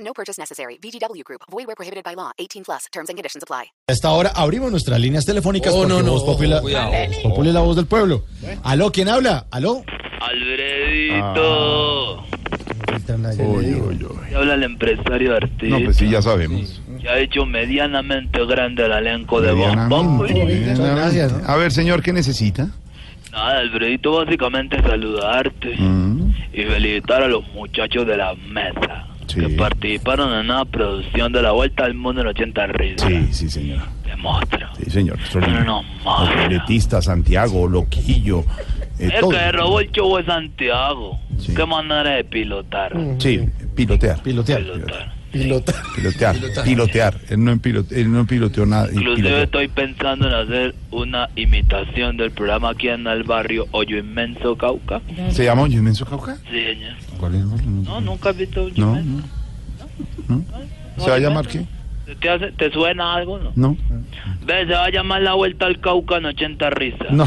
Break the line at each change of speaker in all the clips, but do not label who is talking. No purchase necessary. VGW Group. Void where prohibited by law. 18 plus. Terms and conditions apply.
Hasta ahora abrimos nuestras líneas telefónicas
Oh,
porque
no, no,
Voz Populi-
cuidado.
Voz Populi es la voz del pueblo. ¿Aló? ¿Quién habla? ¿Aló?
Alfredito,
Ah.
te habla el empresario artista
No, pues sí, ya sabemos.
que ha hecho medianamente grande el elenco de Voz
Medianamente,
Populi.
medianamente.
gracias, ¿no?
A ver, señor, ¿qué necesita?
Nada, Alfredito, básicamente saludarte
Mm.
y felicitar a los muchachos de la mesa
Sí.
que participaron en una producción de la Vuelta al Mundo en 80 risas.
Sí, sí, señor.
Te muestro.
Sí, señor. Nuestro
No,
libro.
no, madre.
Libretista, Santiago, Loquillo. eh,
Es
todo.
que robó el show de Santiago.
Sí. Mm.
Qué manera de pilotar.
Sí, pilotear.
Pilotear.
pilotar.
Pilotar.
Pilotear. Pilotear. Él no, en pilote- él no piloteó nada. él
Inclusive
pilotea.
estoy pensando en hacer una imitación del programa aquí en el barrio Hoyo Inmenso Cauca.
¿Se llama Jiménez Cauca?
Sí, señor.
¿Cuál es?
No, nunca he visto Hoyo
No,
Inmenso.
no. ¿No? ¿Se va a llamar qué?
¿Te, hace- te suena algo? No.
No.
Ve, se va a llamar la vuelta al Cauca en 80 risas.
No.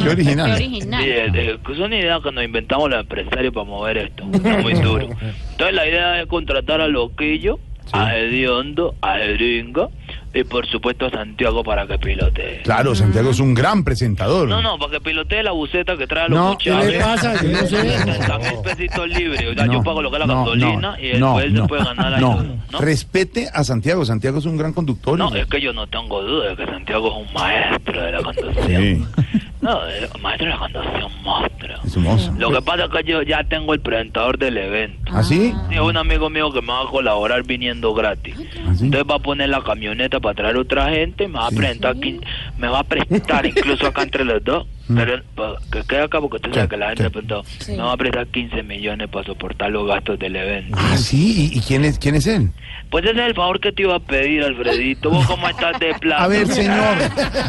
Qué original.
Sí, es, es una idea que nos inventamos los empresarios para mover esto. Es muy duro. Entonces la idea es contratar a Loquillo, a Ediondo, a Edringa y por supuesto a Santiago para que pilotee.
Claro, Santiago es un gran presentador.
No, no, para que pilotee la buceta que trae a los
Mm. No,
muchachos.
¿qué le pasa? Yo no sé.
70 mil pesitos libres. O sea,
No,
yo pago lo que es la
no,
gasolina
no,
y después
no,
se puede ganar la
no.
ayuda, ¿no?
Respete a Santiago. Santigo es un gran conductor.
No, es que yo no tengo duda de que Santiago es un maestro
Eh,
de la conducción.
Sí,
No, es un maestro de la conducción, monstruo.
es hermoso.
Lo que pasa es que yo ya tengo el presentador del evento.
¿Ah, sí?
Sí, un amigo mío que me va a colaborar viniendo gratis.
¿Ah, sí?
Entonces va a poner la camioneta para traer otra gente, y me va a presentar, quin- me va a prestar incluso acá entre los dos,
Mm.
pero pa- que quede acá porque tú sabes que la gente
sí.
preguntó, me va a prestar 15 millones para soportar los gastos del evento.
Ah, sí. ¿Y, y quién, es, quién es él?
Pues ese es el favor que te iba a pedir, Alfredito. ¿Vos cómo estás de plata?
A ver, señor.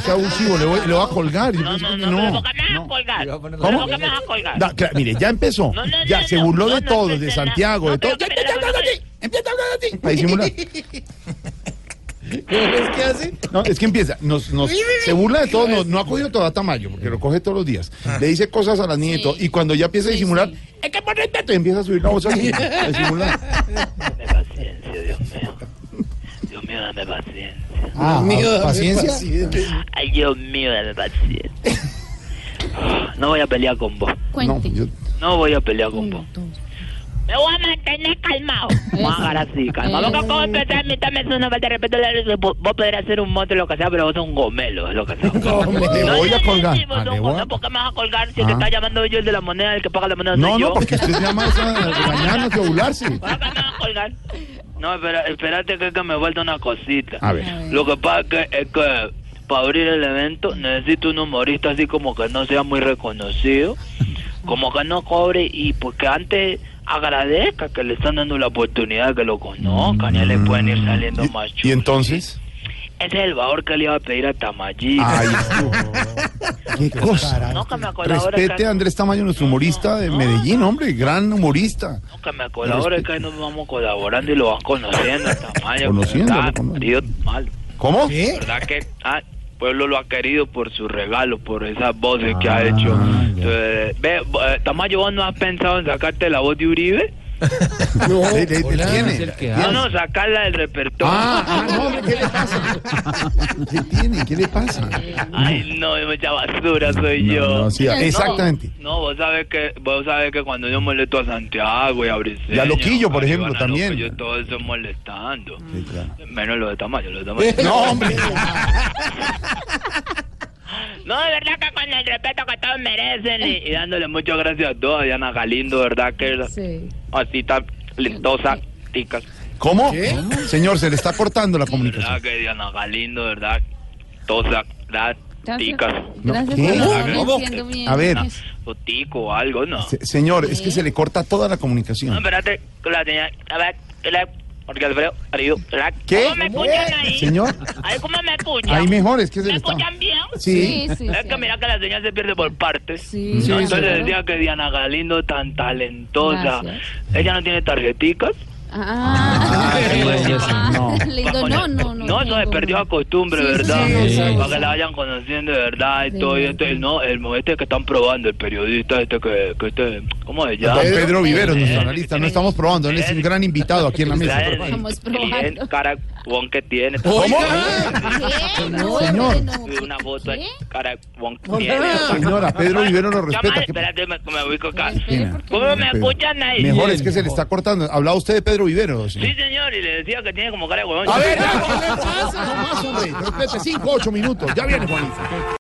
Sea abusivo, le voy, le voy a colgar. Yo
No, no,
pienso que
no, pero ¿por qué me vas a colgar?
¿Cómo?
¿Por qué me vas a colgar?
Da- cla- mire, ya empezó.
No, no,
ya
no,
se
no,
burló
no,
de
no,
todos,
no,
de
no,
Santiago,
no,
de todo.
pero-
Ya
pero-
empieza hablando a ti. Empieza hablando a ti. Para disimular.
¿Qué hace?
No, es que empieza. Nos, nos, se burla de todos. No, no ha cogido toda Tamayo, porque lo coge todos los días. Le dice cosas a las niñas y todo. Y cuando ya empieza a disimular, es que por respeto. Y empieza a subir la voz así. A disimular.
Dame paciencia, Dios mío. Dios mío, dame paciencia.
Ah, paciencia.
Ay, Dios mío, dame paciencia. No voy a pelear con vos.
No,
Cuente.
yo-
No voy a pelear con vos. Me voy a mantener calmado. Eh. Vamos a agarrar así, calmado. Vos acabo de empezar, me también es una falta de respeto. la- Vos vos podrás ser un monstruo, lo que sea, pero vos sos un gomelo, lo que sea.
le
No,
voy
no,
a
no,
colgar.
sí, vos
Ah,
sos un
le voy a-
gomelo, ¿Por qué me vas a colgar si
Ah.
te está llamando yo el de la moneda, el que paga la moneda? soy
No,
yo?
no, porque usted se llama a regañarnos y a ah, burlarse.
¿Por qué me vas a colgar? No, espera, espérate que, que me falta una cosita.
A ver.
Lo que pasa es que, es que para abrir el evento necesito un humorista así como que no sea muy reconocido, como que no cobre y porque antes agradezca que le están dando la oportunidad de que lo conozcan, ya le pueden ir saliendo
Mm. ¿Y-
más
¿Y
chulos.
entonces?
Ese es el valor que le iba a pedir a Tamayito.
Ay, qué cosa.
no, que me colabore,
Ah, Respete a
que,
Andrés Tamayo, nuestro humorista de Medellín, hombre, gran humorista.
no, que me colabore, que ahí nos vamos colaborando y lo vas conociendo, Tamayo.
Conociendo,
¿verdad?
lo conozco.
Tío malo.
¿Cómo?
¿Qué?
verdad que ah, pueblo lo ha querido por su regalo, por esas voces que
Ah,
ha hecho. Entonces, ve, eh, Tamayo, ¿vos no has pensado en sacarte la voz de Uribe?
No, le, le- tiene.
No, no, sacarla del repertorio.
Ah, ah, no, hombre, ¿qué le pasa? ¿Qué tiene? ¿Qué le pasa?
Ay, no, mucha basura soy
No,
yo.
no, sí, exactamente.
No, vos sabes que vos sabes que cuando yo molesto a Santiago y a Briceño,
Y a Loquillo, por
a
ejemplo,
Iván
también.
Aroco, Yo todo eso molestando.
Sí, claro.
Menos lo de Tamayo, lo de Tamayo.
No, hombre.
No, de verdad que con el respeto que todos merecen y, y dándole muchas gracias a todos, Diana Galindo, de verdad que
Sí.
así tan lentosa, ticas.
¿Cómo? Señor, se le está cortando la comunicación.
verdad que Diana Galindo, de verdad, tosa, da, ticas,
No,
Gracias
¿qué?
por estarme
¿Cómo?
diciendo bien.
A ver.
o tico o algo, ¿no?
Se- señor, es que se le corta toda la
No,
comunicación.
espérate, que la tenía, a ver, que la, Jorge Alfredo, Arido, Rack.
¿Qué? Eh,
¿Cómo me escuchan ahí?
Señor,
Ay, ¿cómo me escuchan?
ahí mejor, es que se
¿Me
le está.
escuchan bien?
Sí.
sí,
Es que mira que la señal se pierde por partes.
Sí,
Sí,
Entonces
claro.
decía que Diana Galindo tan talentosa.
Gracias.
Ella no tiene tarjeticas.
Ah,
No.
le digo, no, no, no.
No, eso se
tengo,
perdió la
no.
costumbre,
Sí, sí,
¿verdad?
sí, sí,
Para
sí.
que la vayan conociendo de verdad y
Sí,
todo. Y
sí.
este, no, el este que están probando, el periodista este que, que este, ¿cómo se llama?
Don Pedro Viveros, nuestro analista. No estamos probando, él es un gran invitado aquí en la mesa.
Trae el
Estamos
cliente
probando.
caracón que tiene.
¿Cómo?
¿Qué? No,
Señor.
hermano,
Una
¿qué?
foto de caracón que tiene.
Señora, Pedro Viveros
Ya,
nos respeta.
madre,
¿Qué-
Espérate, me, me ubico acá.
Espere, porque
¿Cómo me
Pedro.
escuchan ahí?
Mejor es que se le está cortando. Hablaba usted de Pedro Viveros.
Sí, señor, y le decía que tiene como cara de huevón.
A ver, ya, ¿qué le pasa? No más, hombre. Respete, cinco, ocho minutos. Ya viene, Juanito.